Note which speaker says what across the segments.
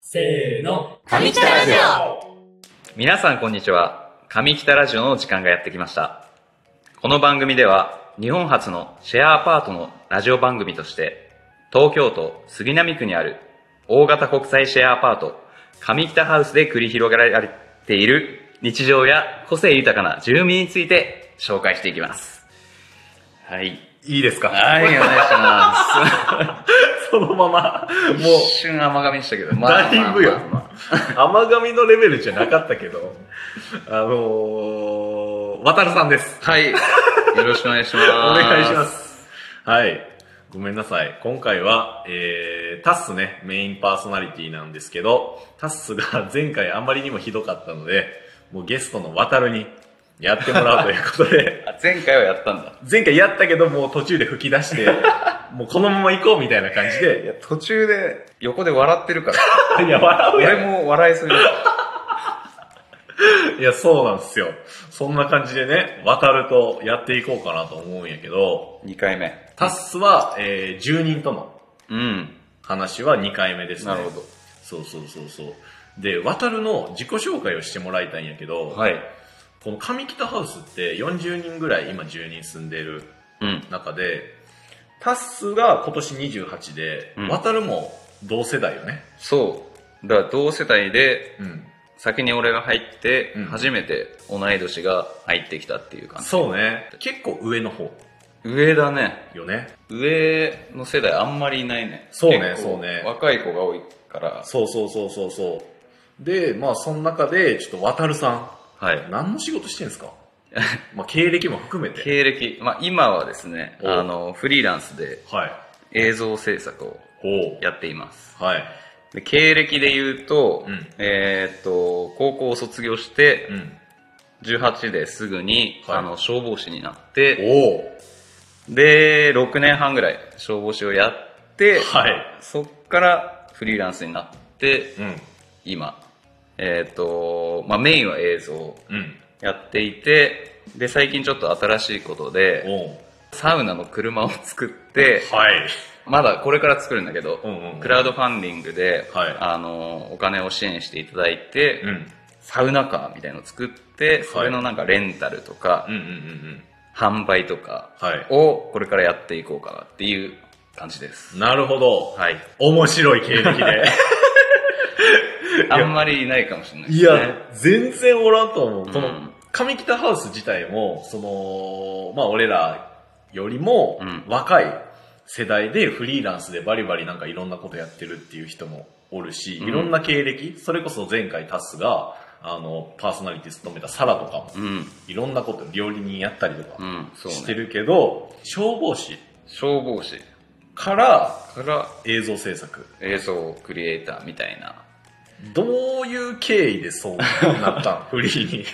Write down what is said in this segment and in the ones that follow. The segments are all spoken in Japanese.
Speaker 1: せーの。
Speaker 2: 上北ラジ
Speaker 3: 皆さんこんにちは上北ラジオの時間がやってきましたこの番組では日本初のシェアアパートのラジオ番組として東京都杉並区にある大型国際シェアアパート上北ハウスで繰り広げられている日常や個性豊かな住民について紹介していきますはい
Speaker 2: いいですか
Speaker 3: はいお願いしま
Speaker 2: そのまま、
Speaker 3: す
Speaker 2: もう
Speaker 3: 一、瞬甘噛みしたけど、まあ、
Speaker 2: だいぶよ
Speaker 3: まあまあまあ
Speaker 2: 甘噛みのレベルじゃなかったけど、あのー、渡るさんです。
Speaker 3: はいよろしくお願いします
Speaker 2: お願いします。はい。ごめんなさい。今回は、えー、タッスね、メインパーソナリティなんですけど、タッスが前回あまりにもひどかったので、もうゲストの渡るにやってもらうということ で、
Speaker 3: あ前回はやったんだ
Speaker 2: 前回やったけど、もう途中で吹き出して、もうこのまま行こうみたいな感じ
Speaker 3: い
Speaker 2: で、
Speaker 3: や、途中で横で笑ってるか ら、
Speaker 2: いや、笑うやん
Speaker 3: 俺も笑いすぎる。
Speaker 2: いや、そうなんですよ。そんな感じでね、渡るとやっていこうかなと思うんやけど、
Speaker 3: 2回目。
Speaker 2: タッスは、えー、住人との
Speaker 3: うん。
Speaker 2: 話は2回目ですね。
Speaker 3: なるほど。
Speaker 2: そうそうそうそう。で、渡るの自己紹介をしてもらいたいんやけど、
Speaker 3: はい。
Speaker 2: この上北ハウスって40人ぐらい今住人住んでる
Speaker 3: うん。
Speaker 2: 中で、タッスが今年28で、
Speaker 3: うん
Speaker 2: 渡るも同世代よね。
Speaker 3: そう。だから同世代で、
Speaker 2: うん。
Speaker 3: 先に俺が入って
Speaker 2: うん、
Speaker 3: 初めて同い年が入ってきたっていう感じ。
Speaker 2: そうね。結構上の方
Speaker 3: 上だね。
Speaker 2: よね。
Speaker 3: 上の世代あんまりいないね。
Speaker 2: そうね
Speaker 3: 結構
Speaker 2: そうね
Speaker 3: 若い子が多いから。
Speaker 2: そうそうそうそうそう。で、まあその中で、ちょっと渡るさ
Speaker 3: はい
Speaker 2: ん、。何の仕事してん すかまあ経歴も含めて。
Speaker 3: 経歴、まあ今はですね、
Speaker 2: お
Speaker 3: あの、フリーランスで
Speaker 2: はい。
Speaker 3: 映像制作を
Speaker 2: おう
Speaker 3: やっています。
Speaker 2: はい。
Speaker 3: で経歴で言うと、
Speaker 2: うん
Speaker 3: えーっと、高校を卒業して
Speaker 2: う、ん。
Speaker 3: 18ですぐに、
Speaker 2: はい
Speaker 3: あの、消防士になって、
Speaker 2: おう
Speaker 3: で、6年半ぐらい消防士をやって、
Speaker 2: はい。
Speaker 3: そっからフリーランスになって、
Speaker 2: うん。
Speaker 3: 今、えーっと、まあ、メインは映像を
Speaker 2: うん。
Speaker 3: やっていて、で、最近ちょっと新しいことで、
Speaker 2: おう
Speaker 3: サウナの車を作って、
Speaker 2: はい。
Speaker 3: まだこれから作るんだけど、
Speaker 2: うんうんうん
Speaker 3: クラウドファンディングで、
Speaker 2: はい
Speaker 3: あの、お金を支援していただいて、
Speaker 2: うん。
Speaker 3: サウナカーみたいのを作って、それのなんかレンタルとか
Speaker 2: うんうん、うんうん。
Speaker 3: 販売とか
Speaker 2: はい。
Speaker 3: をこれからやっていこうかなっていう感じです。
Speaker 2: なるほど。
Speaker 3: はい。
Speaker 2: 面白い経歴で。
Speaker 3: あんまりいないかもしれないで
Speaker 2: い
Speaker 3: すね。
Speaker 2: や、全然おらんと思う。こ
Speaker 3: う
Speaker 2: の
Speaker 3: ん、
Speaker 2: 上北ハウス自体も、その、まあ俺らよりも
Speaker 3: うん
Speaker 2: 若い世代でフリーランスでバリバリなんかいろんなことやってるっていう人もおるし、
Speaker 3: うん
Speaker 2: いろんな経歴、それこそ前回タスが、あの、パーソナリティ務めたサラとかも、
Speaker 3: うん、
Speaker 2: いろんなこと料理人やったりとか
Speaker 3: うん、そう
Speaker 2: して
Speaker 3: ね。
Speaker 2: るけど、消防士
Speaker 3: 消防士
Speaker 2: から
Speaker 3: から
Speaker 2: 映像制作。
Speaker 3: 映像クリエイターみたいな。
Speaker 2: どういう経緯でそうなったんフリーに。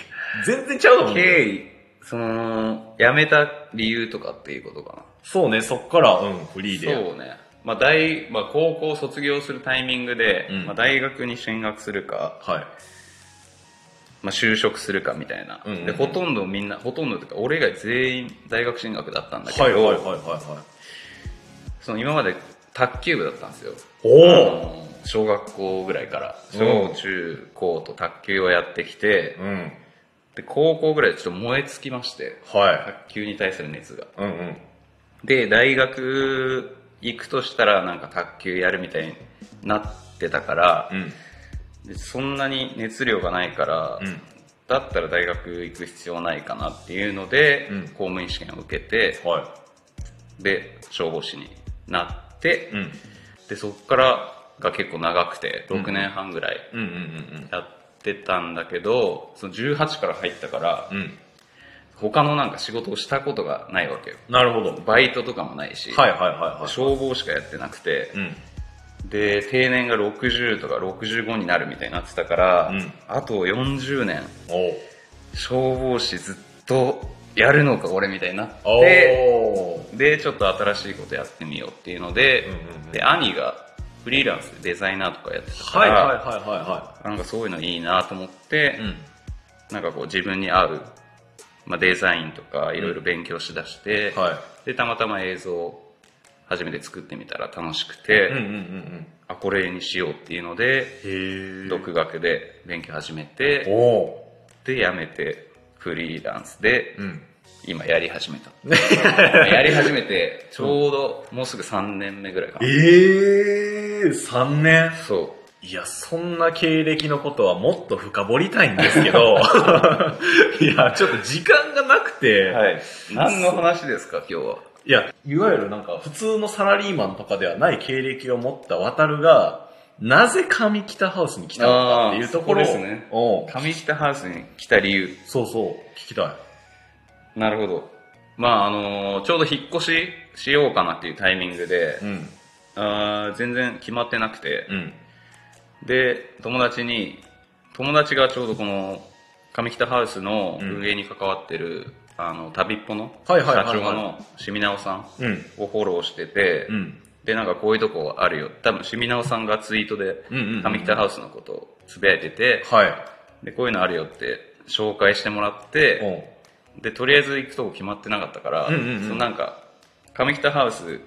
Speaker 2: 全然ちゃうと 思う。
Speaker 3: 経緯、その、辞めた理由とかっていうことかな。
Speaker 2: そうね、そっから、うん、フリーで。
Speaker 3: そうね。まあ大、まあ高校卒業するタイミングで、
Speaker 2: うん
Speaker 3: まあ大学に進学するか、
Speaker 2: はい。
Speaker 3: まあ、就職するかみたいな、
Speaker 2: うんうんうん
Speaker 3: でほとんどみんなほとんどというか俺以外全員大学進学だったんだけど、
Speaker 2: はいはいはいはいはい。
Speaker 3: その今まで卓球部だったんですよあ
Speaker 2: おお
Speaker 3: の小学校ぐらいから
Speaker 2: うん
Speaker 3: 小中高と卓球をやってきて、
Speaker 2: うん。
Speaker 3: で高校ぐらいでちょっと燃え尽きまして
Speaker 2: はい。
Speaker 3: 卓球に対する熱が
Speaker 2: うんうん。
Speaker 3: で大学行くとしたらなんか卓球やるみたいになってたから、
Speaker 2: うん。
Speaker 3: でそんなに熱量がないから、
Speaker 2: うん。
Speaker 3: だったら大学行く必要ないかなっていうので、
Speaker 2: うん
Speaker 3: 公務員試験を受けて
Speaker 2: は
Speaker 3: で消防士になって、
Speaker 2: い。うん。
Speaker 3: でそこからが結構長くて
Speaker 2: うん
Speaker 3: 6年半ぐらい
Speaker 2: うんうんうん
Speaker 3: やってたんだけど、その18から入ったから、
Speaker 2: うん。うん。
Speaker 3: 他のなんか仕事をしたことがないわけよ
Speaker 2: なるほど。
Speaker 3: バイトとかもないし、
Speaker 2: はいはいはいはい。
Speaker 3: 消防しかやってなくて、
Speaker 2: うん。
Speaker 3: で定年が60とか65になるみたいになってたから、
Speaker 2: うん
Speaker 3: あと40年
Speaker 2: お
Speaker 3: 消防士ずっとやるのか俺みたいになっ
Speaker 2: お
Speaker 3: て
Speaker 2: おー
Speaker 3: でちょっと新しいことやってみようっていうので,、
Speaker 2: うんうんうん
Speaker 3: で兄がフリーランスでデザイナーとかやってたか
Speaker 2: はい
Speaker 3: ら、
Speaker 2: はいはいは
Speaker 3: なんかそういうのいいなと思って
Speaker 2: いはい。、うん。
Speaker 3: なんかこう自分に合う、まあ、デザインとかいろいろ勉強しだして、
Speaker 2: は
Speaker 3: でたまたま映像を初めて作ってみたら楽しく
Speaker 2: い。うん
Speaker 3: て、
Speaker 2: うん
Speaker 3: あこれにしようっていうので
Speaker 2: へえ
Speaker 3: 独学で勉強始めて
Speaker 2: おお
Speaker 3: でやめてフリーランスで
Speaker 2: うん
Speaker 3: 今やり始め たやり始めて ちょうどもうすぐ3年目ぐらいか
Speaker 2: え
Speaker 3: な
Speaker 2: えー、3年
Speaker 3: そ
Speaker 2: いや、そんな経歴のことはもっと深掘りたいんですけ ど、いや、ちょっと時間がなくて、
Speaker 3: う
Speaker 2: い、
Speaker 3: い何の話ですか今日は
Speaker 2: や、いわゆるなんか普通のサラリーマンとかではない経歴を持った渡るが、なぜ上北ハウスに来たのかっていうところを
Speaker 3: あーそこですね
Speaker 2: おう
Speaker 3: 上北ハウスに来た理由
Speaker 2: そうそう、聞きたい。
Speaker 3: なるほどまああのーちょうど引っ越ししようかなっていうタイミングで、
Speaker 2: うん。
Speaker 3: あー全然決まってなくて、
Speaker 2: うん。
Speaker 3: で友達に友達がちょうどこの上北ハウスの運営に関わってる、あの旅っぽの
Speaker 2: は
Speaker 3: 社
Speaker 2: いはいはいはい
Speaker 3: 長のしみなおさん
Speaker 2: うん。
Speaker 3: をフォローしてて、
Speaker 2: うん。
Speaker 3: でなんかこういうとこあるよ多分しみなおさんがツイートで
Speaker 2: うんうんうん
Speaker 3: 上北ハウスのことをつぶやいてて、
Speaker 2: はい。
Speaker 3: でこういうのあるよって紹介してもらって、
Speaker 2: おう
Speaker 3: でとりあえず行くとこ決まってなかったから、
Speaker 2: うんうんうん
Speaker 3: そのなんか上北ハウス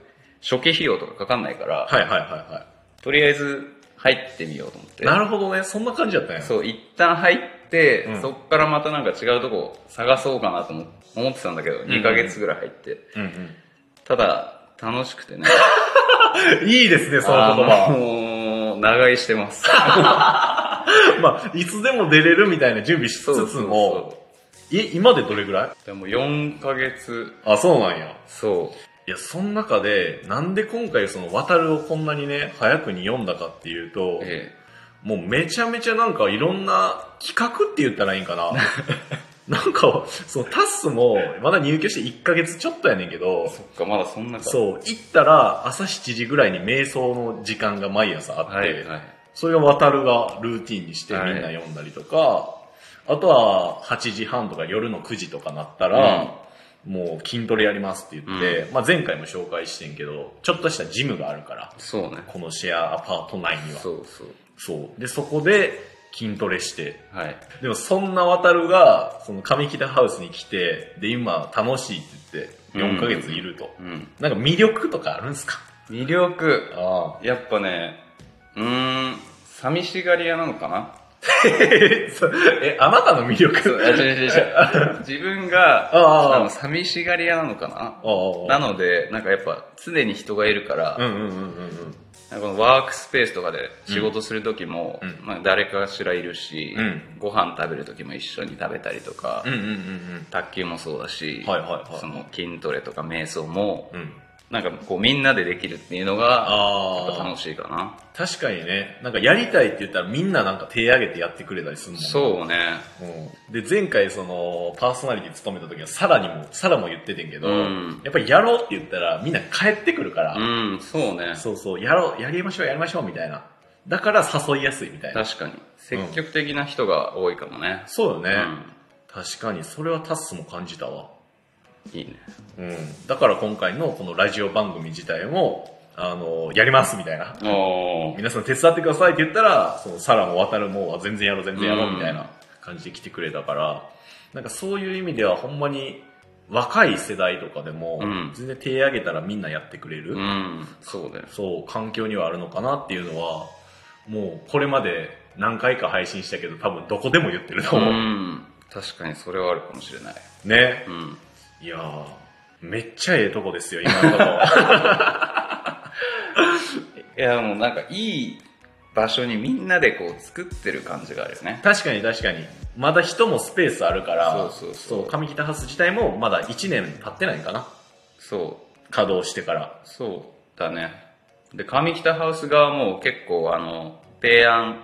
Speaker 3: 初期費用とかかかんないから、
Speaker 2: はいはいはいは
Speaker 3: とりあえず入ってみようと思って
Speaker 2: い。なるほどね、そんな感じだったんや。
Speaker 3: そう一旦入って、
Speaker 2: うん
Speaker 3: そっからまたなんか違うとこ探そうかなと思思ってたんだけど、
Speaker 2: ん
Speaker 3: 2ヶ月ぐらい入って
Speaker 2: うん
Speaker 3: ただ楽しくてね
Speaker 2: うん。いいです ね、その
Speaker 3: あ
Speaker 2: 言葉。
Speaker 3: の長居してます
Speaker 2: まあ、いつでも出れるみたいな準備 しつつも、い今でどれぐらい
Speaker 3: でも4ヶ月
Speaker 2: あ、そうなんや。
Speaker 3: そ
Speaker 2: いや、その中で、なんで今回その、渡るをこんなにね、早くに読んだかっていうと
Speaker 3: う、、え
Speaker 2: もうめちゃめちゃなんかいろんな企画って言ったらいいん かな。なんか、そのタッスも、まだ入居して1ヶ月ちょっとやねんけ
Speaker 3: え
Speaker 2: ど、
Speaker 3: そっかまだそんなかう
Speaker 2: そう、行ったら朝7時ぐらいに瞑想の時間が毎朝あって、
Speaker 3: はいはい
Speaker 2: それを渡るがルーティンにしてみ
Speaker 3: はい
Speaker 2: んな読んだりとか、あとは8時半とか夜の9時とかなった
Speaker 3: うん
Speaker 2: ら、もう筋トレやりますって言って、まあ前回も紹介してんけど、ちょっとしたジムがあるから、
Speaker 3: そうね
Speaker 2: このシェアアパート内には。そう。
Speaker 3: そうそう
Speaker 2: で、そこで筋トレして、
Speaker 3: はい
Speaker 2: でもそんな渡るが、その上北ハウスに来て、で、今楽しいって言って、4ヶ月いると。
Speaker 3: うん
Speaker 2: なんか魅力とかあるんすか
Speaker 3: 魅力
Speaker 2: ああ。
Speaker 3: やっぱねうーん寂しがり屋なのかな
Speaker 2: え、あなたの魅
Speaker 3: そう
Speaker 2: 力
Speaker 3: あ違う違う違 う自分が
Speaker 2: ああ
Speaker 3: あの寂しがり屋なのか
Speaker 2: ああ。
Speaker 3: ななのでなんかやっぱ常に人がいるから、
Speaker 2: うんうんうんうんうん。
Speaker 3: なんかこのワークスペースとかで仕事する時も、
Speaker 2: うん
Speaker 3: まあ、誰かしらいるし、
Speaker 2: うん
Speaker 3: ご飯食べる時も一緒に食べたりとか、
Speaker 2: うんうんうん
Speaker 3: 卓球もそうだし、
Speaker 2: はいはいはい
Speaker 3: その筋トレとか瞑想も、
Speaker 2: うん。うん。
Speaker 3: なんかこうみんなでできるっていうのがやっぱ
Speaker 2: ああ。
Speaker 3: 楽しいかな
Speaker 2: 確かにね、なんかやりたいって言ったらみんななんか手挙げてやってくれたりするもんね
Speaker 3: そうね
Speaker 2: うん。で、前回その、パーソナリティ務めた時はサラにも、サラも言っててんけど、
Speaker 3: うん
Speaker 2: やっぱりやろうって言ったらみんな帰ってくるから、
Speaker 3: うんそうね
Speaker 2: そうそう、やろう、やりましょうやりましょうみたいな。だから誘いやすいみたいな。
Speaker 3: 確かに積極的な人が多いかもね、
Speaker 2: そうよね、
Speaker 3: うん
Speaker 2: 確かに、それはタッスも感じたわ。
Speaker 3: いいね
Speaker 2: うん。だから今回のこのラジオ番組自体も、あの、やりますみたいな。
Speaker 3: おー
Speaker 2: 皆さん手伝ってくださいって言ったら、そのサラも渡るもあ全然やろう全然やろう
Speaker 3: うん
Speaker 2: みたいな感じで来てくれたから、なんかそういう意味ではほんまに若い世代とかでも
Speaker 3: うん、
Speaker 2: 全然手挙げたらみんなやってくれる、
Speaker 3: うん、そうだよ。
Speaker 2: そう、環境にはあるのかなっていうのは、もうこれまで何回か配信したけど多分どこでも言ってると
Speaker 3: う
Speaker 2: 思う。
Speaker 3: ん、確かにそれはあるかもしれない。
Speaker 2: ね
Speaker 3: う。ん。
Speaker 2: いやー、めっちゃええとこですよ、今のと こ。
Speaker 3: いや、もうなんかいい場所にみんなでこう作ってる感じがあるよね。
Speaker 2: 確かに確かに。まだ人もスペースあるから、
Speaker 3: そうそうそう
Speaker 2: 上北ハウス自体もまだ1年経ってないかな。
Speaker 3: そ
Speaker 2: 稼働してから。
Speaker 3: う、そうだね。で、上北ハウス側も結構あの、提案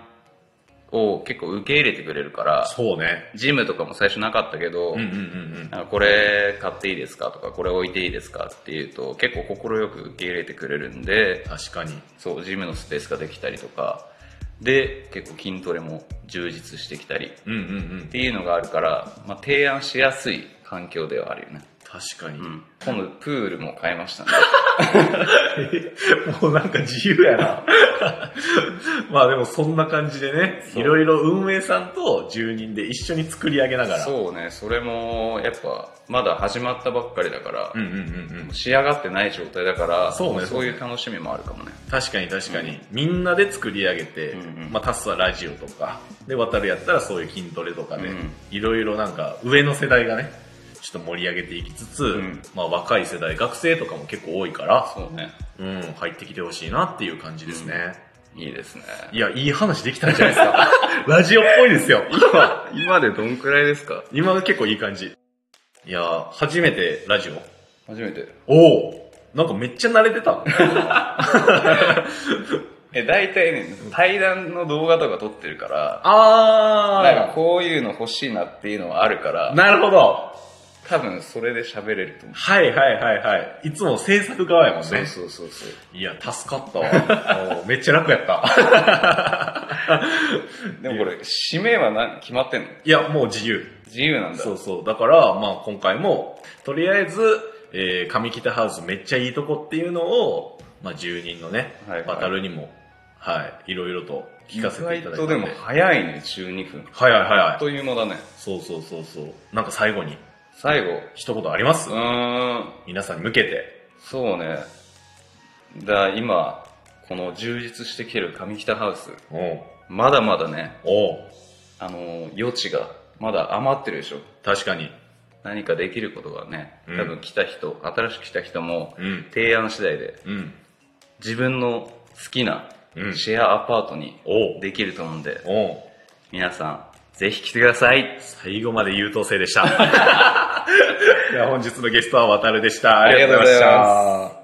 Speaker 3: を結構受け入れてくれるから、
Speaker 2: そうね。
Speaker 3: ジムとかも最初なかったけど、
Speaker 2: うんうんうんうん。
Speaker 3: なんかこれ買っていいですかとか、これ置いていいですかっていうと、結構快く受け入れてくれるんで、
Speaker 2: 確かに。
Speaker 3: そう、ジムのスペースができたりとか、で、結構筋トレも充実してきたりっ
Speaker 2: うんうんうん。
Speaker 3: ていうのがあるから、まあ、提案しやすい環境ではあるよね。
Speaker 2: 確か に。
Speaker 3: うん。今度、プールも買いましたね。
Speaker 2: もうなんか自由やな。 まあでもそんな感じでね、
Speaker 3: そう
Speaker 2: いろいろ運営さんと住人で一緒に作り上げながら。
Speaker 3: そうね、それも、やっぱ、まだ始まったばっかりだから、
Speaker 2: うんうんうんうん。
Speaker 3: 仕上がってない状態だから、
Speaker 2: そうね
Speaker 3: まあそういう楽しみもあるかもね。
Speaker 2: 確かに確かに、みんなで作り上げて、
Speaker 3: うんうん
Speaker 2: まあ、タスはラジオとかで渡るやったらそういう筋トレとかで、
Speaker 3: うん
Speaker 2: いろいろなんか上の世代がねちょっと盛り上げていきつつ、
Speaker 3: ん
Speaker 2: まあ、若い世代学生とかも結構多いから、
Speaker 3: そうね。
Speaker 2: うん、入ってきてほしいなっていう感じですね、
Speaker 3: いいですね。
Speaker 2: いやいい話できたんじゃないです かラジオっぽいですよ今
Speaker 3: 今でどんくらいですか
Speaker 2: 今が結構いい感じいや初めてラジオ
Speaker 3: 初めて。
Speaker 2: おおなんかめっちゃ慣れてた
Speaker 3: え、大体ね、対談の動画とか撮ってるから、
Speaker 2: あ
Speaker 3: なんかこういうの欲しいなっていうのはあるから、
Speaker 2: なるほど
Speaker 3: 多分それで喋れると思う。
Speaker 2: はいはいはいはい。いつも制作側やもんね。
Speaker 3: そうそうそう。
Speaker 2: いや、助かった わ。おうめっちゃ楽や った。
Speaker 3: でもこれ、締めはな決まってんの
Speaker 2: いや、もう自由。
Speaker 3: 自由なんだ。
Speaker 2: そうそう。だから、まあ今回も、とりあえず、えー、上北ハウスめっちゃいいとこっていうのを、まあ住人のね、
Speaker 3: はいはい
Speaker 2: バタルにも、はい、いろいろと聞かせてい
Speaker 3: 意
Speaker 2: ただい
Speaker 3: 外
Speaker 2: て。
Speaker 3: とでも早いね、12分。
Speaker 2: はいはい
Speaker 3: あっ
Speaker 2: はい。
Speaker 3: という間だね。
Speaker 2: そうそうそうそう。なんか最後に、
Speaker 3: 最後。
Speaker 2: 一言あります
Speaker 3: うーん、
Speaker 2: 皆さんに向けて。
Speaker 3: そうね。だ今、この充実してきてる上北ハウス、
Speaker 2: おう
Speaker 3: まだまだね、
Speaker 2: おう
Speaker 3: あのー余地が、まだ余ってるでしょ。
Speaker 2: 確かに。
Speaker 3: 何かできることがね、
Speaker 2: うん
Speaker 3: 多分来た人、新しく来た人も、
Speaker 2: うん。
Speaker 3: 提案次第で、
Speaker 2: うん。
Speaker 3: 自分の好きな
Speaker 2: うん
Speaker 3: シェアアパートに
Speaker 2: おう
Speaker 3: できると思うんで、
Speaker 2: おう
Speaker 3: 皆さん、ぜひ来てください。
Speaker 2: 最後まで優等 生でした。では本日のゲストは渡るでした。ありがとうございました。
Speaker 3: す。